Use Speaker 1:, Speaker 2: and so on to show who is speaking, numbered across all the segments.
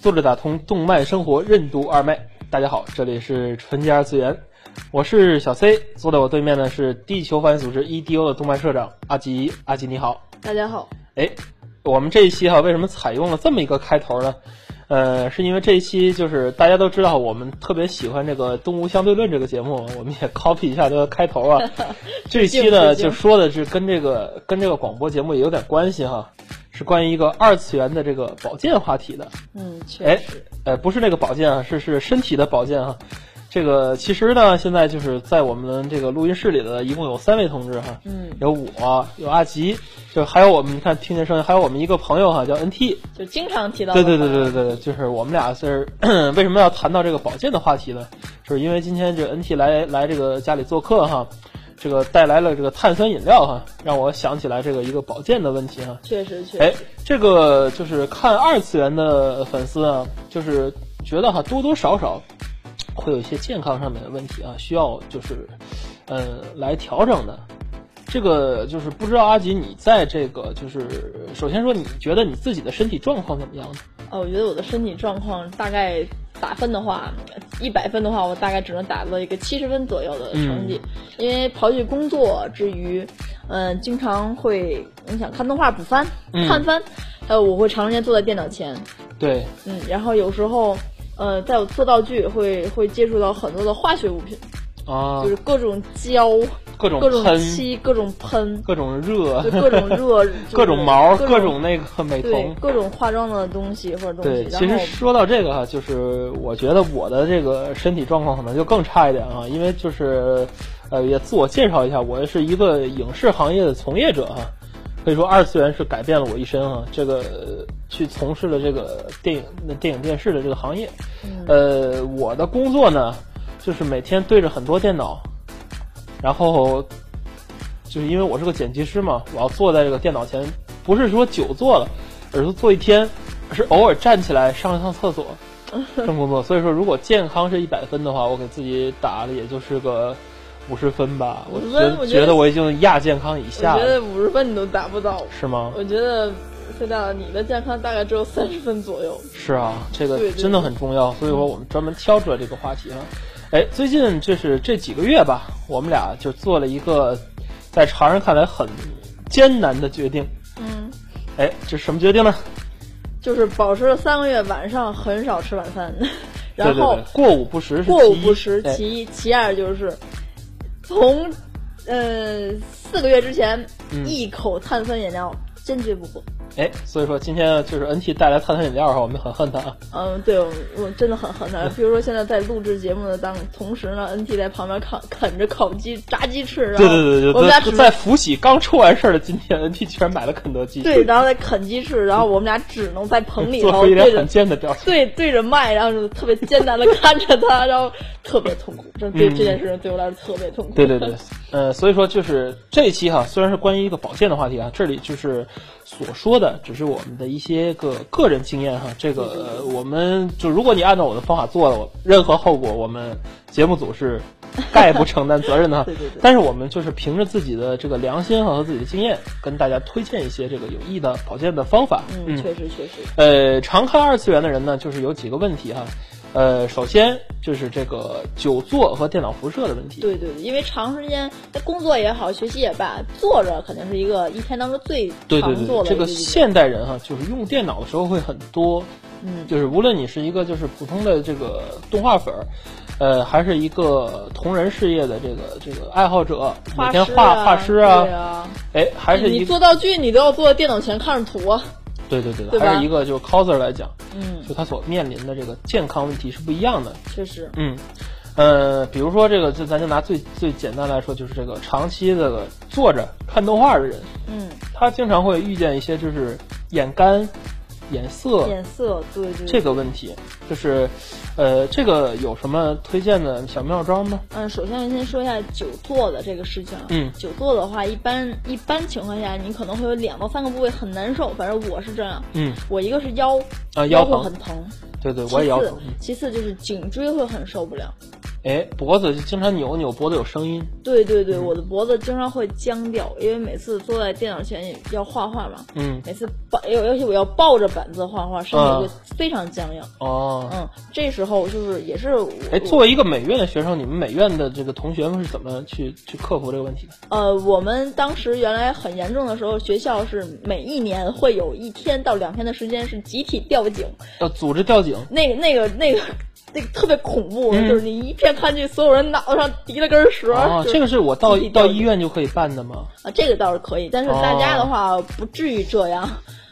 Speaker 1: 作者打通动漫生活任督二脉。大家好，这里是纯洁二次元，我是小 C，坐在我对面的是地球反应组织 EDO 的动漫社长阿吉。阿吉你好，
Speaker 2: 大家好，
Speaker 1: 哎，我们这一期哈、为什么采用了这么一个开头呢？呃，是因为这一期就是大家都知道，我们特别喜欢这个《动物相对论》这个节目，我们也 copy 一下这个开头 啊。这一期呢，
Speaker 2: 致
Speaker 1: 就
Speaker 2: 敬
Speaker 1: 说的是跟这个跟这个广播节目也有点关系哈，是关于一个二次元的这个保健话题的。
Speaker 2: 嗯，确
Speaker 1: 哎
Speaker 2: 实，，
Speaker 1: 呃，不是那个保健啊，是是身体的保健啊。这个其实呢，现在就是在我们这个录音室里的，一共有三位同志哈，
Speaker 2: 嗯
Speaker 1: 有我，有阿吉，就还有我们你看听见声音，还有我们一个朋友哈，叫 NT，
Speaker 2: 就经常提到的
Speaker 1: 对
Speaker 2: 话
Speaker 1: 对对对对，对就是我们俩是 为什么要谈到这个保健的话题呢？就是因为今天这 NT 来来这个家里做客哈，这个带来了这个碳酸饮料哈，让我想起来这个一个保健的问题哈，
Speaker 2: 确实确
Speaker 1: 哎
Speaker 2: 实，，
Speaker 1: 这个就是看二次元的粉丝啊，就是觉得哈多多少少会有一些健康上面的问题啊，需要就是呃来调整的。这个就是不知道阿吉，你在这个就是首先说，你觉得你自己的身体状况怎么样呢？
Speaker 2: 哦，我觉得我的身体状况大概打分的话，一百分的话，我大概只能打到一个七十分左右的
Speaker 1: 嗯
Speaker 2: 成绩，因为刨去工作之余，嗯、经常会你想看动画补番、
Speaker 1: 嗯
Speaker 2: 看番，还有我会长时间坐在电脑前，
Speaker 1: 对，
Speaker 2: 嗯，然后有时候。呃，在我做道具会会接触到很多的化学物品，
Speaker 1: 啊，
Speaker 2: 就是各种胶、
Speaker 1: 各种
Speaker 2: 各种
Speaker 1: 喷，
Speaker 2: 漆、各种喷，
Speaker 1: 各种热，
Speaker 2: 就各 种，热，就是
Speaker 1: 各种毛，
Speaker 2: 各
Speaker 1: 各种那个美
Speaker 2: 对
Speaker 1: 瞳，
Speaker 2: 各种化妆的东西或者东西
Speaker 1: 对，，其实
Speaker 2: 然后
Speaker 1: 说到这个哈，就是我觉得我的这个身体状况可能就更差一点啊，因为就是，呃，也自我介绍一下，我是一个影视行业的从业者啊，可以说二次元是改变了我一生啊，这个呃去从事了这个电影、那电影、电视的这个行业，
Speaker 2: 嗯
Speaker 1: 呃，我的工作呢，就是每天对着很多电脑，然后就是因为我是个剪辑师嘛，我要坐在这个电脑前，不是说久坐了，而是坐一天，是偶尔站起来上一趟厕所， 这么工作。所以说，如果健康是一百分的话，我给自己打的也就是个五十分吧。我
Speaker 2: 50
Speaker 1: 觉
Speaker 2: 分
Speaker 1: 得
Speaker 2: 我觉得
Speaker 1: 觉得我已经亚健康以下
Speaker 2: 我觉
Speaker 1: 了，
Speaker 2: 得五十分你都达不到，
Speaker 1: 是吗？
Speaker 2: 我觉得最大的你的健康大概只有三十分左右。
Speaker 1: 是啊，这个
Speaker 2: 对对
Speaker 1: 真的很重要，所以说我们专门挑出来这个话题啊。哎，最近就是这几个月吧，我们俩就做了一个在常人看来很艰难的决定。
Speaker 2: 嗯，
Speaker 1: 哎，这什么决定呢？
Speaker 2: 就是保持了三个月，晚上很少吃晚饭， 然后
Speaker 1: 对对对过午不食是其一
Speaker 2: 过午不食，
Speaker 1: 哎
Speaker 2: 其一，其二就是从呃四个月之前
Speaker 1: 嗯
Speaker 2: 一口碳酸饮料坚决不喝。
Speaker 1: 哎，所以说今天就是 NT 带来碳酸饮料哈，我们很恨他啊。
Speaker 2: 嗯，对，我我真的很恨 他。比如说现在在录制节目的当同时呢，NT 在旁边啃啃着烤鸡、炸鸡翅，然
Speaker 1: 对
Speaker 2: 后
Speaker 1: 对对
Speaker 2: 我们俩
Speaker 1: 对，
Speaker 2: 只
Speaker 1: 在福喜刚出完事儿的今天，NT 居然买了肯德基，
Speaker 2: 对，然后在啃鸡翅，然后我们俩只能在棚里
Speaker 1: 做
Speaker 2: 头
Speaker 1: 出一脸
Speaker 2: 对
Speaker 1: 很
Speaker 2: 着
Speaker 1: 贱的表情。
Speaker 2: 对对着麦，然后就特别艰难的看着他，然后特别痛苦。真对、
Speaker 1: 嗯
Speaker 2: 这件事情对我来说特别痛苦。
Speaker 1: 对对对，呃，所以说就是这一期哈，虽然是关于一个保健的话题啊，这里就是所说的只是我们的一些个个人经验哈。这个、呃我们就如果你按照我的方法做了，我任何后果我们节目组是概不承担责任的哈。
Speaker 2: 对对对
Speaker 1: 但是我们就是凭着自己的这个良心哈和自己的经验，跟大家推荐一些这个有益的保健的方法。
Speaker 2: 嗯，确实确实，
Speaker 1: 呃，常看二次元的人呢，就是有几个问题哈。呃，首先就是这个久坐和电脑辐射的问题。
Speaker 2: 对对对，因为长时间在工作也好，学习也罢，坐着肯定是一个一天当中最
Speaker 1: 对对
Speaker 2: 常
Speaker 1: 对
Speaker 2: 做
Speaker 1: 对，这
Speaker 2: 的
Speaker 1: 个
Speaker 2: 一件
Speaker 1: 现代人哈、就是用电脑的时候会很多，
Speaker 2: 嗯
Speaker 1: 就是无论你是一个就是普通的这个动画粉儿，呃，还是一个同人事业的这个这个爱好者，每
Speaker 2: 画
Speaker 1: 天
Speaker 2: 师
Speaker 1: 画
Speaker 2: 啊
Speaker 1: 画师
Speaker 2: 对
Speaker 1: 啊，
Speaker 2: 啊
Speaker 1: 哎、还是
Speaker 2: 你
Speaker 1: 一
Speaker 2: 做道具，你都要坐在电脑前看着图啊。
Speaker 1: 对对对，
Speaker 2: 对吧
Speaker 1: 还是一个就是 coser 来讲，
Speaker 2: 嗯，
Speaker 1: 就他所面临的这个健康问题是不一样的。
Speaker 2: 确实，
Speaker 1: 嗯，呃，比如说这个，就咱就拿最最简单来说，就是这个长期这个坐着看动画的人，
Speaker 2: 嗯，
Speaker 1: 他经常会遇见一些就是眼干、颜色
Speaker 2: 颜色，对对对
Speaker 1: 这个问题，就是，呃，这个有什么推荐的小妙招吗？
Speaker 2: 嗯，首先先说一下久坐的这个事情。啊
Speaker 1: 嗯
Speaker 2: 久坐的话，一般一般情况下，你可能会有两到三个部位很难受，反正我是这样。
Speaker 1: 嗯，
Speaker 2: 我一个是腰，
Speaker 1: 啊腰
Speaker 2: 腰会
Speaker 1: 疼
Speaker 2: 很疼。
Speaker 1: 对对，
Speaker 2: 其
Speaker 1: 我也腰
Speaker 2: 次
Speaker 1: 疼。，嗯
Speaker 2: 其次就是颈椎会很受不了。
Speaker 1: 哎，脖子就经常扭扭，脖子有声音。
Speaker 2: 对对
Speaker 1: 嗯
Speaker 2: 对，我的脖子经常会僵掉，因为每次坐在电脑前也要画画嘛，
Speaker 1: 嗯，
Speaker 2: 每次抱，尤尤其我要抱着板子画画，身
Speaker 1: 啊
Speaker 2: 体会非常僵硬。
Speaker 1: 哦，
Speaker 2: 嗯，这时候就是也是我
Speaker 1: 哎，作为一个美院的学生，你们美院的这个同学们是怎么去去克服这个问题的？
Speaker 2: 呃，我们当时原来很严重的时候，学校是每一年会有一天到两天的时间是集体吊颈，
Speaker 1: 要组织吊颈，
Speaker 2: 那个那个那个那个特别恐怖，
Speaker 1: 嗯
Speaker 2: 就是你一片看去，所有人脑袋上滴了根绳儿。
Speaker 1: 哦，
Speaker 2: 就是
Speaker 1: 这个是我到
Speaker 2: 自己
Speaker 1: 到
Speaker 2: 吊
Speaker 1: 医院就可以办的吗？
Speaker 2: 啊，这个倒是可以，但是大家的话不至于这样。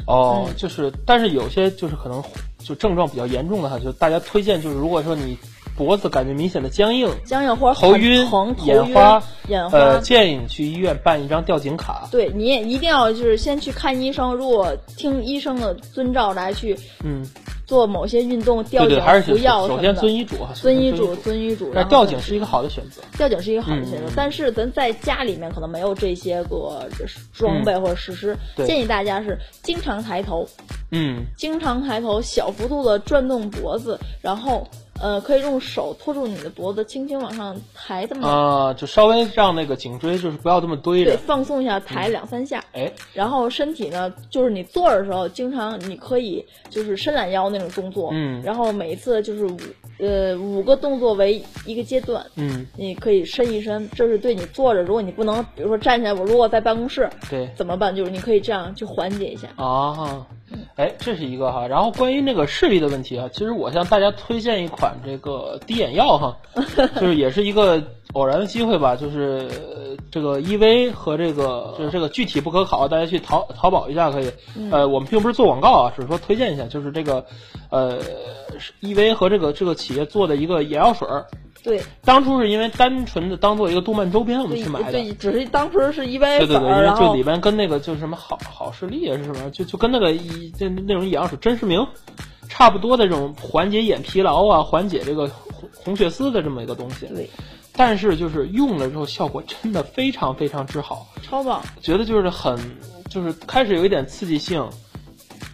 Speaker 1: 哦，
Speaker 2: 嗯
Speaker 1: 就是，但是有些就是可能就症状比较严重的哈，就大家推荐就是，如果说你脖子感觉明显的僵硬，
Speaker 2: 僵硬或者
Speaker 1: 头
Speaker 2: 很
Speaker 1: 晕
Speaker 2: 疼、头
Speaker 1: 眼
Speaker 2: 晕
Speaker 1: 花、
Speaker 2: 眼花，
Speaker 1: 呃，建议你去医院办一张吊颈卡。
Speaker 2: 对，你也一定要就是先去看医生，如果听医生的遵照来去
Speaker 1: 嗯，
Speaker 2: 做某些运动，吊
Speaker 1: 对对，
Speaker 2: 颈
Speaker 1: 还是
Speaker 2: 服药什
Speaker 1: 首
Speaker 2: 么
Speaker 1: 先
Speaker 2: 的。
Speaker 1: 遵医嘱哈，啊首
Speaker 2: 遵
Speaker 1: 先
Speaker 2: 医
Speaker 1: 嘱
Speaker 2: 嘱，。遵医嘱。
Speaker 1: 但
Speaker 2: 然后
Speaker 1: 吊颈是一个好的选择。
Speaker 2: 吊颈是一个好的选择
Speaker 1: 嗯，
Speaker 2: 但是咱在家里面可能没有这些个装备或者实施，
Speaker 1: 嗯对
Speaker 2: 建议大家是经常抬头，
Speaker 1: 嗯，
Speaker 2: 经常抬头，小幅度的转动脖子，然后呃可以用手托住你的脖子，轻轻往上抬这么、
Speaker 1: 啊、就稍微让那个颈椎就是不要这么堆
Speaker 2: 对
Speaker 1: 着。
Speaker 2: 放松一下，抬两三下。
Speaker 1: 哎，
Speaker 2: 然后身体呢，就是你坐着的时候，经常你可以就是伸懒腰那种动作，
Speaker 1: 嗯
Speaker 2: 然后每一次就是五呃五个动作为一个阶段，
Speaker 1: 嗯，
Speaker 2: 你可以伸一伸，这是对你坐着，如果你不能，比如说站起来，我如果在办公室
Speaker 1: 对。
Speaker 2: 怎么办？就是你可以这样去缓解一下。
Speaker 1: 啊，哎，这是一个哈。然后关于那个视力的问题啊，其实我向大家推荐一款这个滴眼药哈，就是也是一个偶然的机会吧，就是呃这个 EV 和这个就是这个具体不可考，大家去淘淘宝一下可以。
Speaker 2: 嗯
Speaker 1: 呃，我们并不是做广告啊，只是说推荐一下，就是这个呃是 EV 和这个这个企业做的一个眼药水儿。
Speaker 2: 对，
Speaker 1: 当初是因为单纯的当做一个动漫周边我们
Speaker 2: 对
Speaker 1: 去买的，
Speaker 2: 对，只是当时是一般
Speaker 1: 对对对，因为
Speaker 2: 啊然
Speaker 1: 这
Speaker 2: 后
Speaker 1: 里边跟那个就是什么好好视力啊是什么，就就跟那个一就那种眼药水真视明差不多的这种缓解眼疲劳啊，缓解这个红红血丝的这么一个东西。
Speaker 2: 对，
Speaker 1: 但是就是用了之后效果真的非常非常之好，
Speaker 2: 超棒，
Speaker 1: 觉得就是很就是开始有一点刺激性，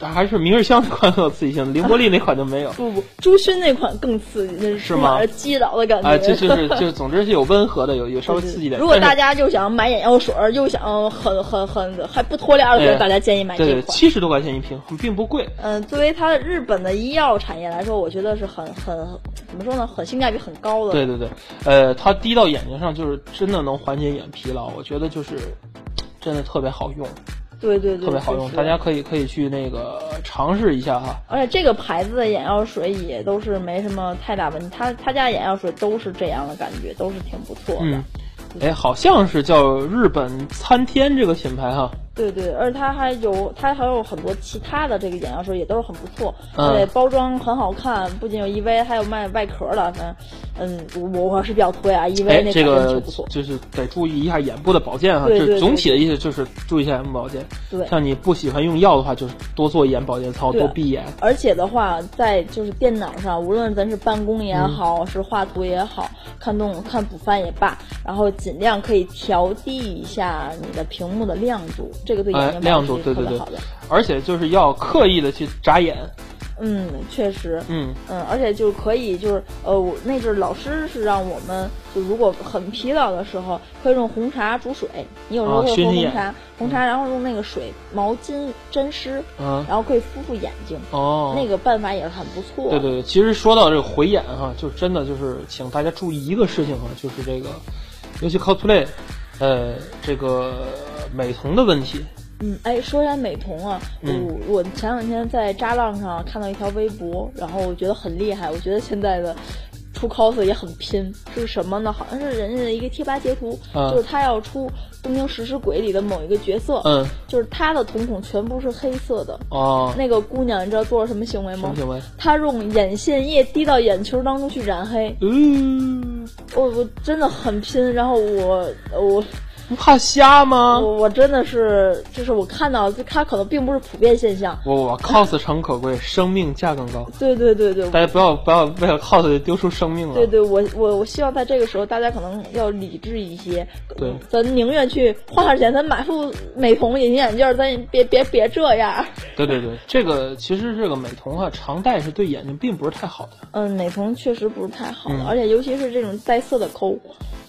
Speaker 1: 还是明日香那款很有刺激性，凌波丽那款就没 有。
Speaker 2: 不不，朱勋那款更刺激，那是
Speaker 1: 是
Speaker 2: 充
Speaker 1: 吗
Speaker 2: 满了击倒的感觉。
Speaker 1: 啊，就就是就，总之是有温和的，有有稍微
Speaker 2: 对对
Speaker 1: 刺激一点。
Speaker 2: 如果
Speaker 1: 但是
Speaker 2: 大家又想买眼药水儿，又想很很很还不脱链儿的
Speaker 1: 哎，
Speaker 2: 大家建议买这
Speaker 1: 对对，
Speaker 2: 款。
Speaker 1: 七十多块钱一瓶，并不贵。
Speaker 2: 嗯，作为它日本的医药产业来说，我觉得是很很怎么说呢，很性价比很高的。
Speaker 1: 对对对，呃，它滴到眼睛上，就是真的能缓解眼疲劳，我觉得就是真的特别好用，
Speaker 2: 对对对，
Speaker 1: 特别好用，
Speaker 2: 嗯确实
Speaker 1: 大家可以可以去那个尝试一下哈。
Speaker 2: 而且这个牌子的眼药水也都是没什么太大问题，他他家眼药水都是这样的感觉，都是挺不错的。
Speaker 1: 嗯，哎，好像是叫日本参天这个品牌哈。
Speaker 2: 对对，而且它还有它还有很多其他的这个眼药水也都是很不错，
Speaker 1: 嗯
Speaker 2: 而且包装很好看，不仅有 EV，还有卖外壳的，反正嗯，我我是比较推啊，EV
Speaker 1: 哎这
Speaker 2: 那，款真的
Speaker 1: 个
Speaker 2: 挺不错。
Speaker 1: 就是得注意一下眼部的保健哈。
Speaker 2: 对对
Speaker 1: 就是
Speaker 2: 对
Speaker 1: 总体的意思就是注意一下眼部保健。
Speaker 2: 对
Speaker 1: 像你不喜欢用药的话，就是多做眼保健操，
Speaker 2: 对
Speaker 1: 多闭眼。
Speaker 2: 而且的话，在就是电脑上，无论咱是办公也好，是画图也好，看动看补番也罢，然后尽量可以调低一下你的屏幕的亮度，这个对眼
Speaker 1: 哎
Speaker 2: 睛
Speaker 1: 亮
Speaker 2: 保持
Speaker 1: 度对
Speaker 2: 是特
Speaker 1: 对
Speaker 2: 别
Speaker 1: 对
Speaker 2: 好的。
Speaker 1: 而且就是要刻意的去眨眼。
Speaker 2: 嗯，确实，
Speaker 1: 嗯，
Speaker 2: 嗯，而且就是可以，就是呃，我那阵儿老师是让我们，就如果很疲劳的时候，可以用红茶煮水。你有时候
Speaker 1: 啊
Speaker 2: 会
Speaker 1: 熏
Speaker 2: 喝
Speaker 1: 熏眼
Speaker 2: 红茶，红茶，然后用那个水毛巾沾湿，
Speaker 1: 啊，
Speaker 2: 然后可以敷敷眼睛。
Speaker 1: 哦，
Speaker 2: 那个办法也是很不错。
Speaker 1: 对对对，其实说到这个回眼哈，就真的就是请大家注意一个事情哈，就是这个，尤其 cosplay，呃，这个美瞳的问题。
Speaker 2: 嗯，哎，说起来美瞳啊，
Speaker 1: 嗯
Speaker 2: 我我前两天在扎浪上看到一条微博，然后我觉得很厉害，我觉得现在的。出 cos 也很拼，是什么呢？好像是人家的一个贴吧截图，
Speaker 1: 嗯
Speaker 2: 就是他要出《东京食尸鬼》里的某一个角色，
Speaker 1: 嗯，
Speaker 2: 就是他的瞳孔全部是黑色的。
Speaker 1: 哦，
Speaker 2: 那个姑娘，你知道做了什么行为
Speaker 1: 什么
Speaker 2: 吗？
Speaker 1: 行为？
Speaker 2: 她用眼线液滴到眼球当中去染黑。
Speaker 1: 嗯，
Speaker 2: 我我真的很拼，然后我我
Speaker 1: 不怕瞎吗？
Speaker 2: 我我真的是，就是我看到，就它可能并不是普遍现象。
Speaker 1: 我我 cos 诚可贵，生命价更高。
Speaker 2: 对对对对，
Speaker 1: 大家不要不要为了 cos 丢出生命了。
Speaker 2: 对对，我我我希望在这个时候，大家可能要理智一些。
Speaker 1: 对
Speaker 2: 咱宁愿去花点钱，咱买副美瞳隐形眼镜儿，咱也别别别这样。
Speaker 1: 对对对，这个其实这个美瞳啊，常戴是对眼睛并不是太好的。
Speaker 2: 嗯，美瞳确实不是太好，
Speaker 1: 嗯
Speaker 2: 而且尤其是这种带色的抠。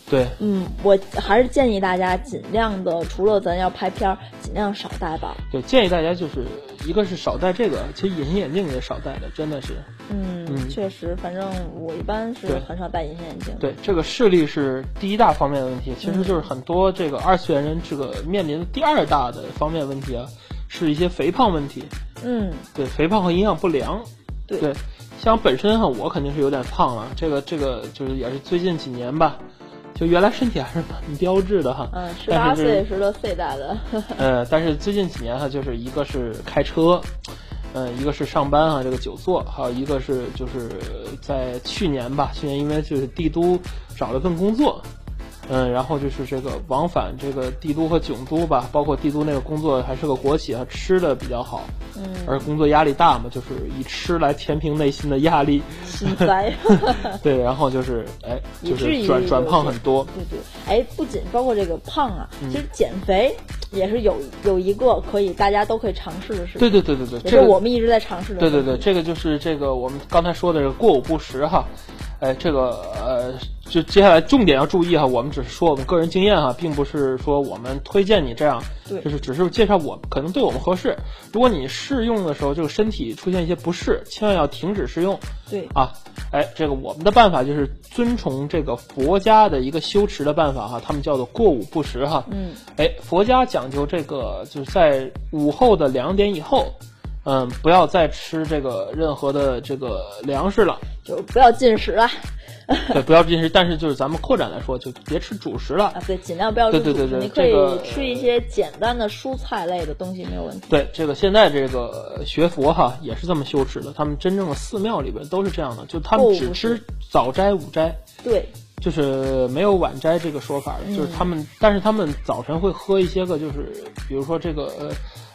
Speaker 1: 对，
Speaker 2: 嗯，我还是建议大家尽量的，除了咱要拍片儿，尽量少戴吧。
Speaker 1: 对，建议大家就是一个是少戴这个，其实隐形眼镜也少戴的，真的是。
Speaker 2: 嗯，
Speaker 1: 嗯
Speaker 2: 确实，反正我一般是
Speaker 1: 对
Speaker 2: 很少戴隐形眼镜。
Speaker 1: 对，这个视力是第一大方面的问题，其实就是很多这个二次元人这个面临的第二大的方面问题啊，是一些肥胖问题。
Speaker 2: 嗯，
Speaker 1: 对，肥胖和营养不良。
Speaker 2: 对
Speaker 1: 像本身哈，我肯定是有点胖了，这个这个就是也是最近几年吧，就原来身体还是蛮标致的哈。
Speaker 2: 嗯，十八
Speaker 1: 但是
Speaker 2: 岁
Speaker 1: 是
Speaker 2: 十六岁戴的，
Speaker 1: 呃，但是最近几年哈，就是一个是开车，呃，一个是上班啊，这个久坐，还有一个是就是在去年吧，去年因为就是帝都找了份工作，嗯、然后就是这个往返这个帝都和炯都吧，包括帝都那个工作还是个国企啊，吃的比较好，
Speaker 2: 嗯，
Speaker 1: 而工作压力大嘛，就是以吃来填平内心的压 力，
Speaker 2: 心塞。
Speaker 1: 对，然后就是哎，就
Speaker 2: 以至
Speaker 1: 是
Speaker 2: 于
Speaker 1: 转转
Speaker 2: 有
Speaker 1: 胖
Speaker 2: 些
Speaker 1: 很多，
Speaker 2: 对对，哎，不仅包括这个胖啊，
Speaker 1: 嗯
Speaker 2: 其实减肥也是有有一个可以大家都可以尝试的事情，
Speaker 1: 对对对对对，这
Speaker 2: 也是
Speaker 1: 个
Speaker 2: 我们一直在尝试的。
Speaker 1: 对对对，，这个就是这个我们刚才说的这个过午不食哈，哎，这个呃，就接下来重点要注意哈，我们只是说我们个人经验哈，并不是说我们推荐你这样，
Speaker 2: 对
Speaker 1: 就是只是介绍我可能对我们合适。如果你试用的时候这个身体出现一些不适，千万要停止试用
Speaker 2: 对，
Speaker 1: 啊。哎，这个我们的办法就是遵从这个佛家的一个修持的办法哈，他们叫做过午不食哈。
Speaker 2: 嗯，
Speaker 1: 哎，佛家讲究这个，就是在午后的两点以后，嗯，不要再吃这个任何的这个粮食了，
Speaker 2: 就不要进食啊，
Speaker 1: 对，不要进食。但是就是咱们扩展来说，就别吃主食了
Speaker 2: 啊。，对，尽量不要
Speaker 1: 对
Speaker 2: 入主
Speaker 1: 对对
Speaker 2: 食
Speaker 1: 对
Speaker 2: 你
Speaker 1: 这
Speaker 2: 可以
Speaker 1: 个
Speaker 2: 吃一些简单的蔬菜类的东西，没有问题。
Speaker 1: 对，这个现在这个学佛哈也是这么修持的，他们真正的寺庙里边都是这样的，就他们只
Speaker 2: 哦
Speaker 1: 吃早斋午斋，
Speaker 2: 对，
Speaker 1: 就是没有晚斋这个说法
Speaker 2: 嗯
Speaker 1: 的，就是他们，但是他们早晨会喝一些个，就是比如说这个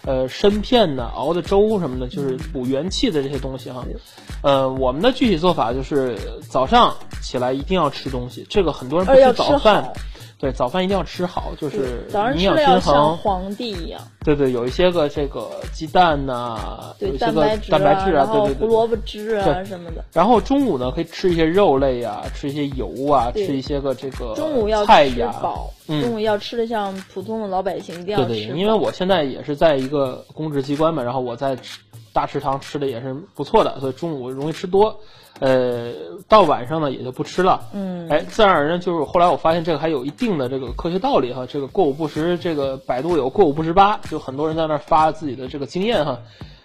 Speaker 1: 呃呃参片呐、熬的粥什么的，
Speaker 2: 嗯
Speaker 1: 就是补元气的这些东西哈。呃，我们的具体做法就是早上起来一定要吃东西，这个很多人不
Speaker 2: 而哦要
Speaker 1: 吃
Speaker 2: 吃
Speaker 1: 早饭
Speaker 2: 好，
Speaker 1: 对，早饭一定要吃好，就是
Speaker 2: 早上
Speaker 1: 营
Speaker 2: 吃
Speaker 1: 养
Speaker 2: 了
Speaker 1: 均
Speaker 2: 要像
Speaker 1: 衡。
Speaker 2: 皇帝一样，
Speaker 1: 对对，有一些个这个鸡蛋呐、有
Speaker 2: 对
Speaker 1: 一些
Speaker 2: 蛋
Speaker 1: 个
Speaker 2: 白质
Speaker 1: 蛋白质啊，
Speaker 2: 然
Speaker 1: 对
Speaker 2: 后
Speaker 1: 对
Speaker 2: 胡
Speaker 1: 对。
Speaker 2: 萝卜汁啊
Speaker 1: 对
Speaker 2: 什么的。
Speaker 1: 然后中午呢，可以吃一些肉类啊，吃一些油啊，
Speaker 2: 对
Speaker 1: 吃一些个这个
Speaker 2: 中午要
Speaker 1: 菜
Speaker 2: 吃
Speaker 1: 呀、
Speaker 2: 饱，
Speaker 1: 嗯
Speaker 2: 中午要吃的像普通的老百姓一定要
Speaker 1: 对
Speaker 2: 吃饱。
Speaker 1: 对，因为我现在也是在一个公职机关嘛，然后我在吃大食堂吃的也是不错的，所以中午容易吃多，呃，到晚上呢也就不吃了。
Speaker 2: 嗯，
Speaker 1: 哎，自然而然就是后来我发现这个还有一定的这个科学道理哈，这个过午不食，这个百度有过午不食吧，就很多人在那儿发自己的这个经验哈。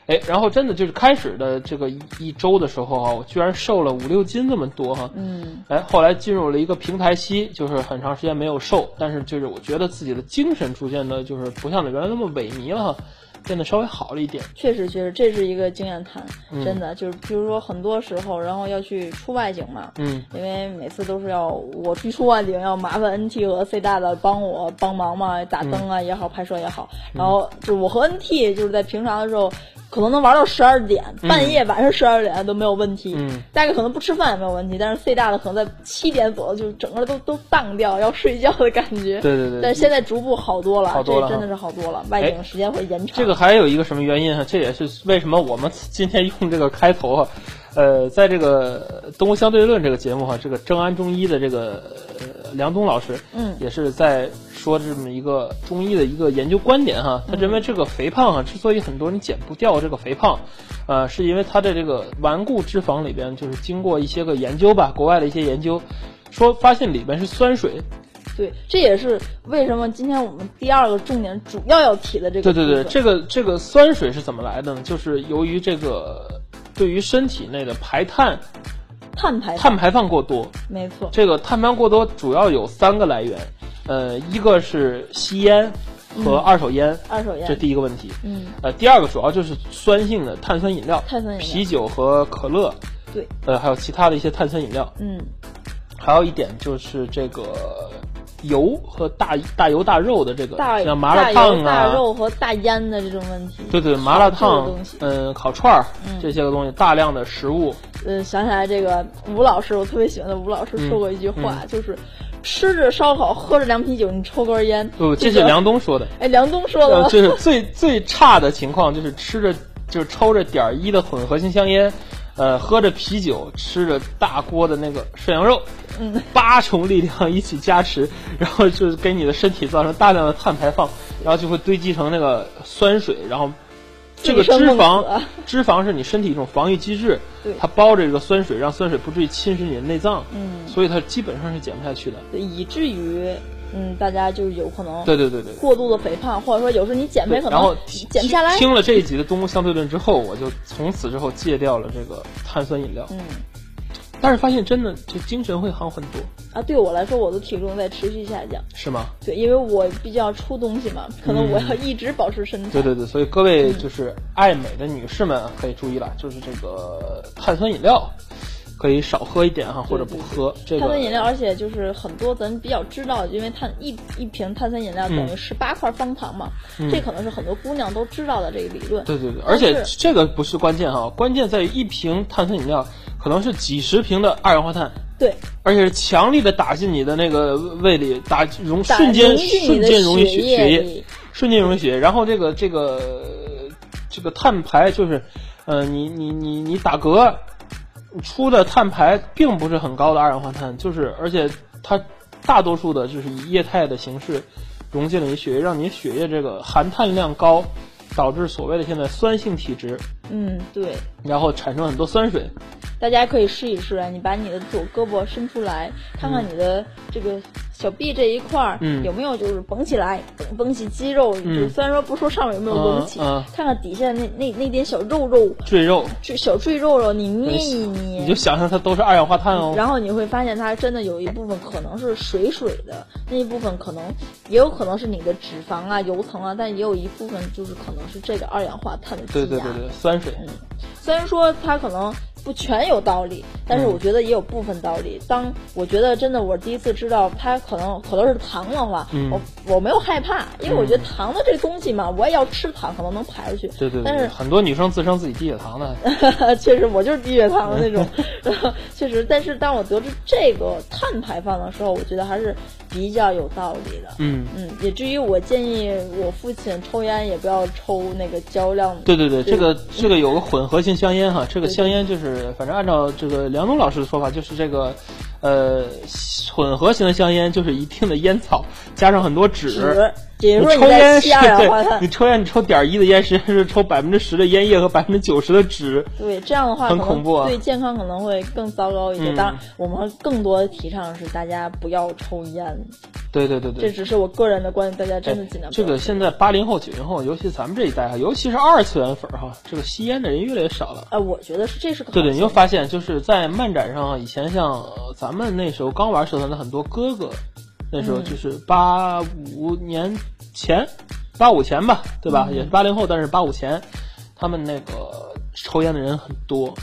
Speaker 1: 哎，然后真的就是开始的这个一一周的时候啊，我居然瘦了五六斤这么多哈。
Speaker 2: 嗯，
Speaker 1: 哎，后来进入了一个平台期，就是很长时间没有瘦，但是就是我觉得自己的精神逐渐的，就是不像原来那么萎靡了，变得稍微好了一点。
Speaker 2: 确实确实，这是一个经验谈，
Speaker 1: 嗯
Speaker 2: 真的就是，比如说很多时候，然后要去出外景嘛，
Speaker 1: 嗯，
Speaker 2: 因为每次都是要我去出外景，要麻烦 NT 和 C 大的帮我帮忙嘛，打
Speaker 1: 嗯
Speaker 2: 灯啊也好，拍摄也好，然后就是我和 NT 就是在平常的时候。可能能玩到十二点，半夜晚上十二点都没有问题。
Speaker 1: 嗯，
Speaker 2: 大概可能不吃饭也没有问题，但是 C 大的可能在七点左右，就是整个都都荡掉，要睡觉的感觉。
Speaker 1: 对对对
Speaker 2: 但是现在逐步好多了，
Speaker 1: 好多了
Speaker 2: 这真的
Speaker 1: 哈哎
Speaker 2: 是好多了，外景时间会延长。
Speaker 1: 这个还有一个什么原因啊？这也是为什么我们今天用这个开头啊， 呃，在这个《东吴相对论》这个节目啊哈、这个正安中医的这个、呃、梁冬老师，
Speaker 2: 嗯
Speaker 1: 也是在说这么一个中医的一个研究观点哈、他认为这个肥胖啊，之所以很多人减不掉这个肥胖，呃，是因为它的这个顽固脂肪里边，就是经过一些个研究吧，国外的一些研究，说发现里边是酸水，
Speaker 2: 对，这也是为什么今天我们第二个重点主要要提的这个
Speaker 1: 对对对，
Speaker 2: 部分
Speaker 1: 这个这个酸水是怎么来的呢？就是由于这个对于身体内的排碳
Speaker 2: 碳排放，
Speaker 1: 碳排放过多，
Speaker 2: 没错，
Speaker 1: 这个碳排放过多主要有三个来源，呃，一个是吸烟和二手烟，
Speaker 2: 嗯二手
Speaker 1: 这
Speaker 2: 烟，
Speaker 1: 第一个问题。
Speaker 2: 嗯，
Speaker 1: 呃，第二个主要就是酸性的碳酸饮料，
Speaker 2: 碳酸饮料
Speaker 1: 啤酒和可乐，
Speaker 2: 对，
Speaker 1: 呃，还有其他的一些碳酸饮料。
Speaker 2: 嗯，
Speaker 1: 还有一点就是这个油和大大油大肉的这个，
Speaker 2: 大
Speaker 1: 呃像麻辣
Speaker 2: 大油
Speaker 1: 烫
Speaker 2: 大
Speaker 1: 啊，
Speaker 2: 肉和大烟的这种问题。
Speaker 1: 对对，麻辣
Speaker 2: 烤制
Speaker 1: 烫
Speaker 2: 的东西，
Speaker 1: 嗯，烤串儿
Speaker 2: 嗯
Speaker 1: 这些个东西，大量的食物，
Speaker 2: 嗯，想起来这个吴老师，我特别喜欢的吴老
Speaker 1: 嗯
Speaker 2: 师说过一句话，就是吃着烧烤，喝着凉啤酒，你抽根烟。
Speaker 1: 不，这
Speaker 2: 这
Speaker 1: 是
Speaker 2: 个
Speaker 1: 梁冬说的。
Speaker 2: 哎，梁冬说的
Speaker 1: 呃，
Speaker 2: 吗？
Speaker 1: 就是最最差的情况就是吃着就是抽着点儿一的混合型香烟，呃，喝着啤酒，吃着大锅的那个涮羊肉，
Speaker 2: 嗯，
Speaker 1: 八重力量一起加持，然后就是给你的身体造成大量的碳排放，然后就会堆积成那个酸水，然后。这个
Speaker 2: 自己
Speaker 1: 脂
Speaker 2: 生
Speaker 1: 肪
Speaker 2: 猛子啊，
Speaker 1: 脂肪是你身体一种防御机制
Speaker 2: 对，
Speaker 1: 它包着这个酸水，让酸水不至于侵蚀你的内脏，
Speaker 2: 嗯
Speaker 1: 所以它基本上是减不下去的。
Speaker 2: 以至于嗯，大家就是有可能
Speaker 1: 对对对对，
Speaker 2: 过度的肥胖，或者说有时候你减
Speaker 1: 对
Speaker 2: 肥可
Speaker 1: 然后
Speaker 2: 能
Speaker 1: 听
Speaker 2: 减不下来。
Speaker 1: 听了这一集的《东吴相对论》之后，我就从此之后戒掉了这个碳酸饮料，
Speaker 2: 嗯
Speaker 1: 但是发现真的这精神会好很多，
Speaker 2: 啊，对我来说，我的体重在持续下降。
Speaker 1: 是吗？
Speaker 2: 对，因为我比较出东西嘛，可能我
Speaker 1: 嗯
Speaker 2: 要一直保持身材。
Speaker 1: 对对对，所以各
Speaker 2: 嗯
Speaker 1: 位就是爱美的女士们可以注意了，就是这个碳酸饮料可以少喝一点哈，或者不喝。这
Speaker 2: 碳
Speaker 1: 个
Speaker 2: 酸饮料，而且就是很多咱比较知道，因为碳一一瓶碳酸饮料等于十八块方糖嘛，
Speaker 1: 嗯
Speaker 2: 这可能是很多姑娘都知道的这个理论。
Speaker 1: 对对对，而
Speaker 2: 但是
Speaker 1: 且这个不是关键哈，关键在于一瓶碳酸饮料可能是几十瓶的二氧化碳。
Speaker 2: 对，
Speaker 1: 而且是强力的打进你的那个胃里，打融
Speaker 2: 打
Speaker 1: 瞬间
Speaker 2: 融进你
Speaker 1: 瞬
Speaker 2: 的
Speaker 1: 间溶于血
Speaker 2: 血液
Speaker 1: 血液
Speaker 2: 里，
Speaker 1: 瞬间溶于血液。然后这个这个这个碳排就是，呃，你你你你打嗝出的碳排并不是很高的二氧化碳，就是而且它大多数的就是以液态的形式融进了你血液，让你血液这个含碳量高，导致所谓的现在酸性体质，
Speaker 2: 嗯，对，
Speaker 1: 然后产生很多酸水。
Speaker 2: 大家可以试一试啊，你把你的左胳膊伸出来，看看你的这个小臂这一块儿、
Speaker 1: 嗯
Speaker 2: 有没有就是绷起来，绷绷起肌肉。
Speaker 1: 嗯
Speaker 2: 虽然说不说上面有没有隆起，
Speaker 1: 嗯嗯
Speaker 2: 看看底下那那那点小肉肉，
Speaker 1: 赘肉，
Speaker 2: 这小赘肉肉，你捏一捏，
Speaker 1: 你就想象它都是二氧化碳哦。
Speaker 2: 然后你会发现，它真的有一部分可能是水水的，那一部分可能也有可能是你的脂肪啊、油层啊，但也有一部分就是可能是这个二氧化碳的积
Speaker 1: 对
Speaker 2: 压。
Speaker 1: 对对对，酸水。
Speaker 2: 虽然说它可能不全有道理，但是
Speaker 1: 嗯
Speaker 2: 我觉得也有部分道理。当我觉得真的我第一次知道它可能可能是糖的话，
Speaker 1: 嗯
Speaker 2: 我我没有害怕，因为我觉得糖的这东西嘛，我也要吃糖，可能能排出去。
Speaker 1: 对对对，
Speaker 2: 但是
Speaker 1: 很多女生自称自己低血糖的，
Speaker 2: 确实，我就是 低血糖的那种。 然后确实，但是当我得知这个碳排放的时候，我觉得还是比较有道理的。
Speaker 1: 嗯，
Speaker 2: 嗯，以至于我建议我父亲抽烟也不要抽那个胶量。
Speaker 1: 对对对，
Speaker 2: 对
Speaker 1: 这个这个有个混合性香烟哈，这个
Speaker 2: 对对
Speaker 1: 香烟就是反正按照这个梁冬老师的说法，就是这个，呃，混合型的香烟就是一定的烟草加上很多纸。
Speaker 2: 纸，也
Speaker 1: 你
Speaker 2: 就是说
Speaker 1: 抽
Speaker 2: 你在
Speaker 1: 烟是
Speaker 2: 吸二氧化
Speaker 1: 对，你
Speaker 2: 碳。
Speaker 1: 抽烟你抽点一的烟，实际上是抽百分之十的烟叶和百分之九十的纸。
Speaker 2: 对，这样的话
Speaker 1: 很
Speaker 2: 可
Speaker 1: 恐怖啊
Speaker 2: 能对健康可能会更糟糕一些。
Speaker 1: 嗯
Speaker 2: 当然，我们更多的提倡是大家不要抽烟，
Speaker 1: 对对对对，哎
Speaker 2: 这只是我个人的观点，大家真的尽量不
Speaker 1: 这
Speaker 2: 要
Speaker 1: 个
Speaker 2: 抽
Speaker 1: 现在八零后、九零后，尤其咱们这一代哈，尤其是二次元粉儿哈，这个吸烟的人越来越少了。
Speaker 2: 哎，我觉得是这是个好
Speaker 1: 对对，你
Speaker 2: 现
Speaker 1: 会
Speaker 2: 象
Speaker 1: 发现，就是在漫展上啊，以前像、呃咱们那时候刚玩社团的很多哥哥，那时
Speaker 2: 嗯
Speaker 1: 候就是八五年前，八五前吧，对
Speaker 2: 嗯
Speaker 1: 吧？也是八零后，但是八五前，他们那个抽烟的人很多。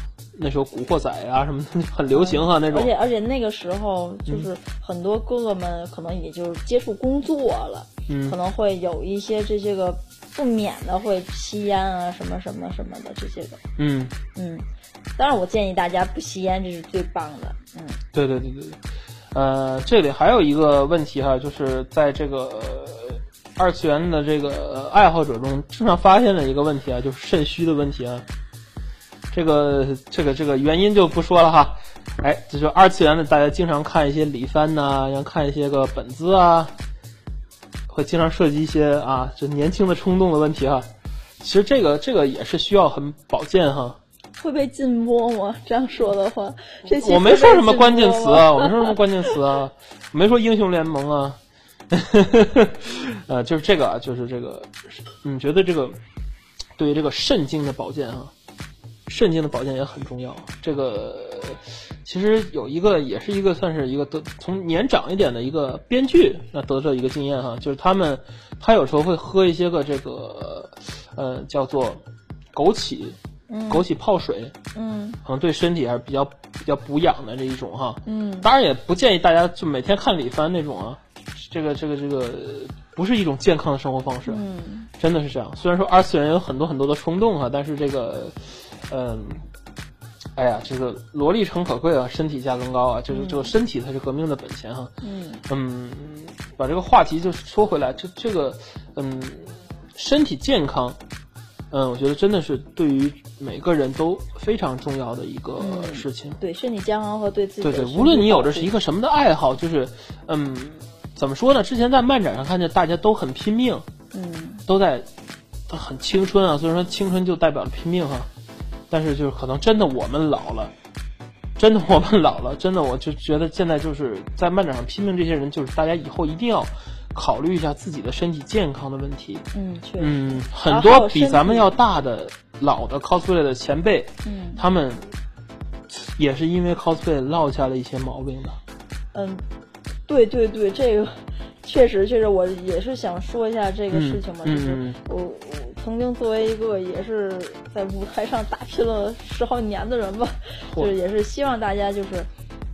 Speaker 1: 那时候古惑仔啊什么的很流行啊，那
Speaker 2: 嗯而
Speaker 1: 种嗯
Speaker 2: 且而且那个时候就是很多哥哥们可能也就是接触工作了，
Speaker 1: 嗯
Speaker 2: 可能会有一些这这个不免的会吸烟啊什么什么什么的这些个，
Speaker 1: 嗯，
Speaker 2: 嗯，当然我建议大家不吸烟，这是最棒的，嗯，
Speaker 1: 对对对对，对，呃，这里还有一个问题哈，就是在这个呃二次元的这个呃爱好者中，经常发现的一个问题啊，就是肾虚的问题啊。这个这个这个原因就不说了哈，哎，这就二次元的，大家经常看一些李帆呐、然后看一些个本子啊，会经常涉及一些啊，就年轻的冲动的问题哈。其实这个这个也是需要很保健哈，
Speaker 2: 会被禁播吗？这样说的话，这期
Speaker 1: 我没
Speaker 2: 会
Speaker 1: 说
Speaker 2: 被
Speaker 1: 什么
Speaker 2: 禁
Speaker 1: 关键
Speaker 2: 播
Speaker 1: 词
Speaker 2: 吗
Speaker 1: 啊，我没说什么关键词啊，我没说英雄联盟啊， 呃，就是这个，啊，就是这个，你觉得这个对于这个肾经的保健啊，肾经的保健也很重要。啊这个其实有一个，也是一个算是一个得从年长一点的一个编剧那得到一个经验哈、就是他们他有时候会喝一些个这个呃叫做枸杞
Speaker 2: 嗯
Speaker 1: 枸杞泡水。
Speaker 2: 嗯
Speaker 1: 可能对身体还是比较比较补养的这一种哈。
Speaker 2: 嗯，
Speaker 1: 当然也不建议大家就每天看李帆那种啊，这个这个这个不是一种健康的生活方式，
Speaker 2: 嗯，
Speaker 1: 真的是这样。虽然说二次元有很多很多的冲动啊，但是这个，嗯。哎呀，这个萝莉诚可贵啊，身体价更高啊，这个这个身体才是革命的本钱哈、
Speaker 2: 嗯
Speaker 1: 嗯，把这个话题就说回来，这这个，嗯，身体健康，嗯，我觉得真的是对于每个人都非常重要的一个
Speaker 2: 嗯
Speaker 1: 事情。
Speaker 2: 对身体健康和对自己
Speaker 1: 对
Speaker 2: 的
Speaker 1: 对，
Speaker 2: 身
Speaker 1: 无论
Speaker 2: 体
Speaker 1: 你有
Speaker 2: 保
Speaker 1: 着
Speaker 2: 护
Speaker 1: 是一个什么的爱好，就是，嗯，怎么说呢？之前在漫展上看见大家都很拼命，
Speaker 2: 嗯
Speaker 1: 都在都很青春啊。虽然说青春就代表了拼命哈、但是就是可能真的我们老了，真的我们老了， 真的我就觉得现在就是在漫展上拼命这些人，就是大家以后一定要考虑一下自己的身体健康的问题。
Speaker 2: 嗯确实
Speaker 1: 嗯，很
Speaker 2: 然
Speaker 1: 多
Speaker 2: 后身
Speaker 1: 比咱们
Speaker 2: 体
Speaker 1: 要大的老的 cosplay 的前辈，
Speaker 2: 嗯
Speaker 1: 他们也是因为 cosplay 落下了一些毛病的。
Speaker 2: 嗯，对对对，这个确实确实，我也是想说一下这个事情嘛，
Speaker 1: 嗯
Speaker 2: 就是
Speaker 1: 嗯
Speaker 2: 我我曾经作为一个也是在舞台上打拼了十好年的人吧，
Speaker 1: 嚯
Speaker 2: 就是也是希望大家就是。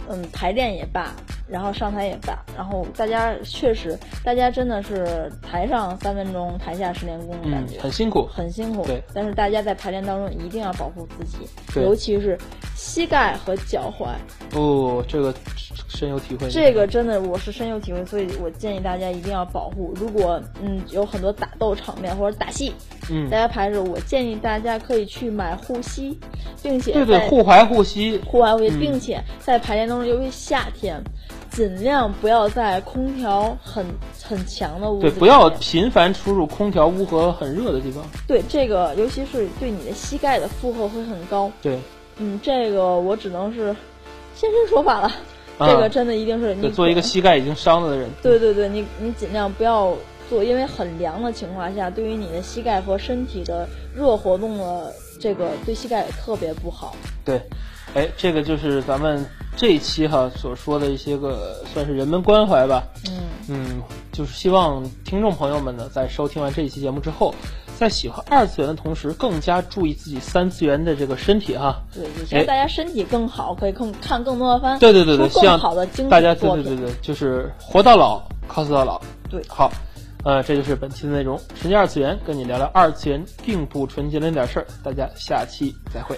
Speaker 2: 嗯，排练也罢，然后上台也罢，然后大家确实，大家真的是台上三分钟，台下十年功的感
Speaker 1: 嗯
Speaker 2: 觉，，
Speaker 1: 很辛苦。
Speaker 2: 很辛苦
Speaker 1: 对，
Speaker 2: 但是大家在排练当中一定要保护自己，
Speaker 1: 对
Speaker 2: 尤其是膝盖和脚踝，
Speaker 1: 哦，这个深有体会。
Speaker 2: 这个真的我是深有体会，所以我建议大家一定要保护。如果嗯有很多打斗场面或者打戏，
Speaker 1: 嗯
Speaker 2: 大，家排着，我建议大家可以去买护膝，并且
Speaker 1: 对
Speaker 2: 在
Speaker 1: 对，互怀互膝。
Speaker 2: 户外卫，
Speaker 1: 嗯
Speaker 2: 并且在排练当中，由于夏天，尽量不要在空调很很强的屋子
Speaker 1: 对，
Speaker 2: 里面，
Speaker 1: 不要频繁出入空调屋和很热的地方。
Speaker 2: 对这个，尤其是对你的膝盖的负荷会很高。
Speaker 1: 对，
Speaker 2: 嗯，这个我只能是现身说法了。
Speaker 1: 啊
Speaker 2: 这个真的一定是你
Speaker 1: 对，做一个
Speaker 2: 可
Speaker 1: 膝盖已经伤了的人。
Speaker 2: 嗯对对对，你你尽量不要做，因为很凉的情况下，对于你的膝盖和身体的热活动的这个对膝盖也特别不好。
Speaker 1: 对，哎，这个就是咱们这一期哈所说的一些个算是人文关怀吧。
Speaker 2: 嗯
Speaker 1: 嗯，就是希望听众朋友们呢，在收听完这一期节目之后，在喜欢二次元的同时，更加注意自己三次元的这个身体哈。
Speaker 2: 对，也希望大家身体更好，可以更看更多的番，
Speaker 1: 哎对对对对，
Speaker 2: 出
Speaker 1: 希
Speaker 2: 更
Speaker 1: 望
Speaker 2: 好的精
Speaker 1: 大家
Speaker 2: 品
Speaker 1: 对
Speaker 2: 作
Speaker 1: 对对
Speaker 2: 品。
Speaker 1: 对，就是活到老，cos 到老。
Speaker 2: 对
Speaker 1: 好，呃，这就是本期的内容。纯洁二次元，跟你聊聊二次元并不纯洁的那点事儿。大家下期再会。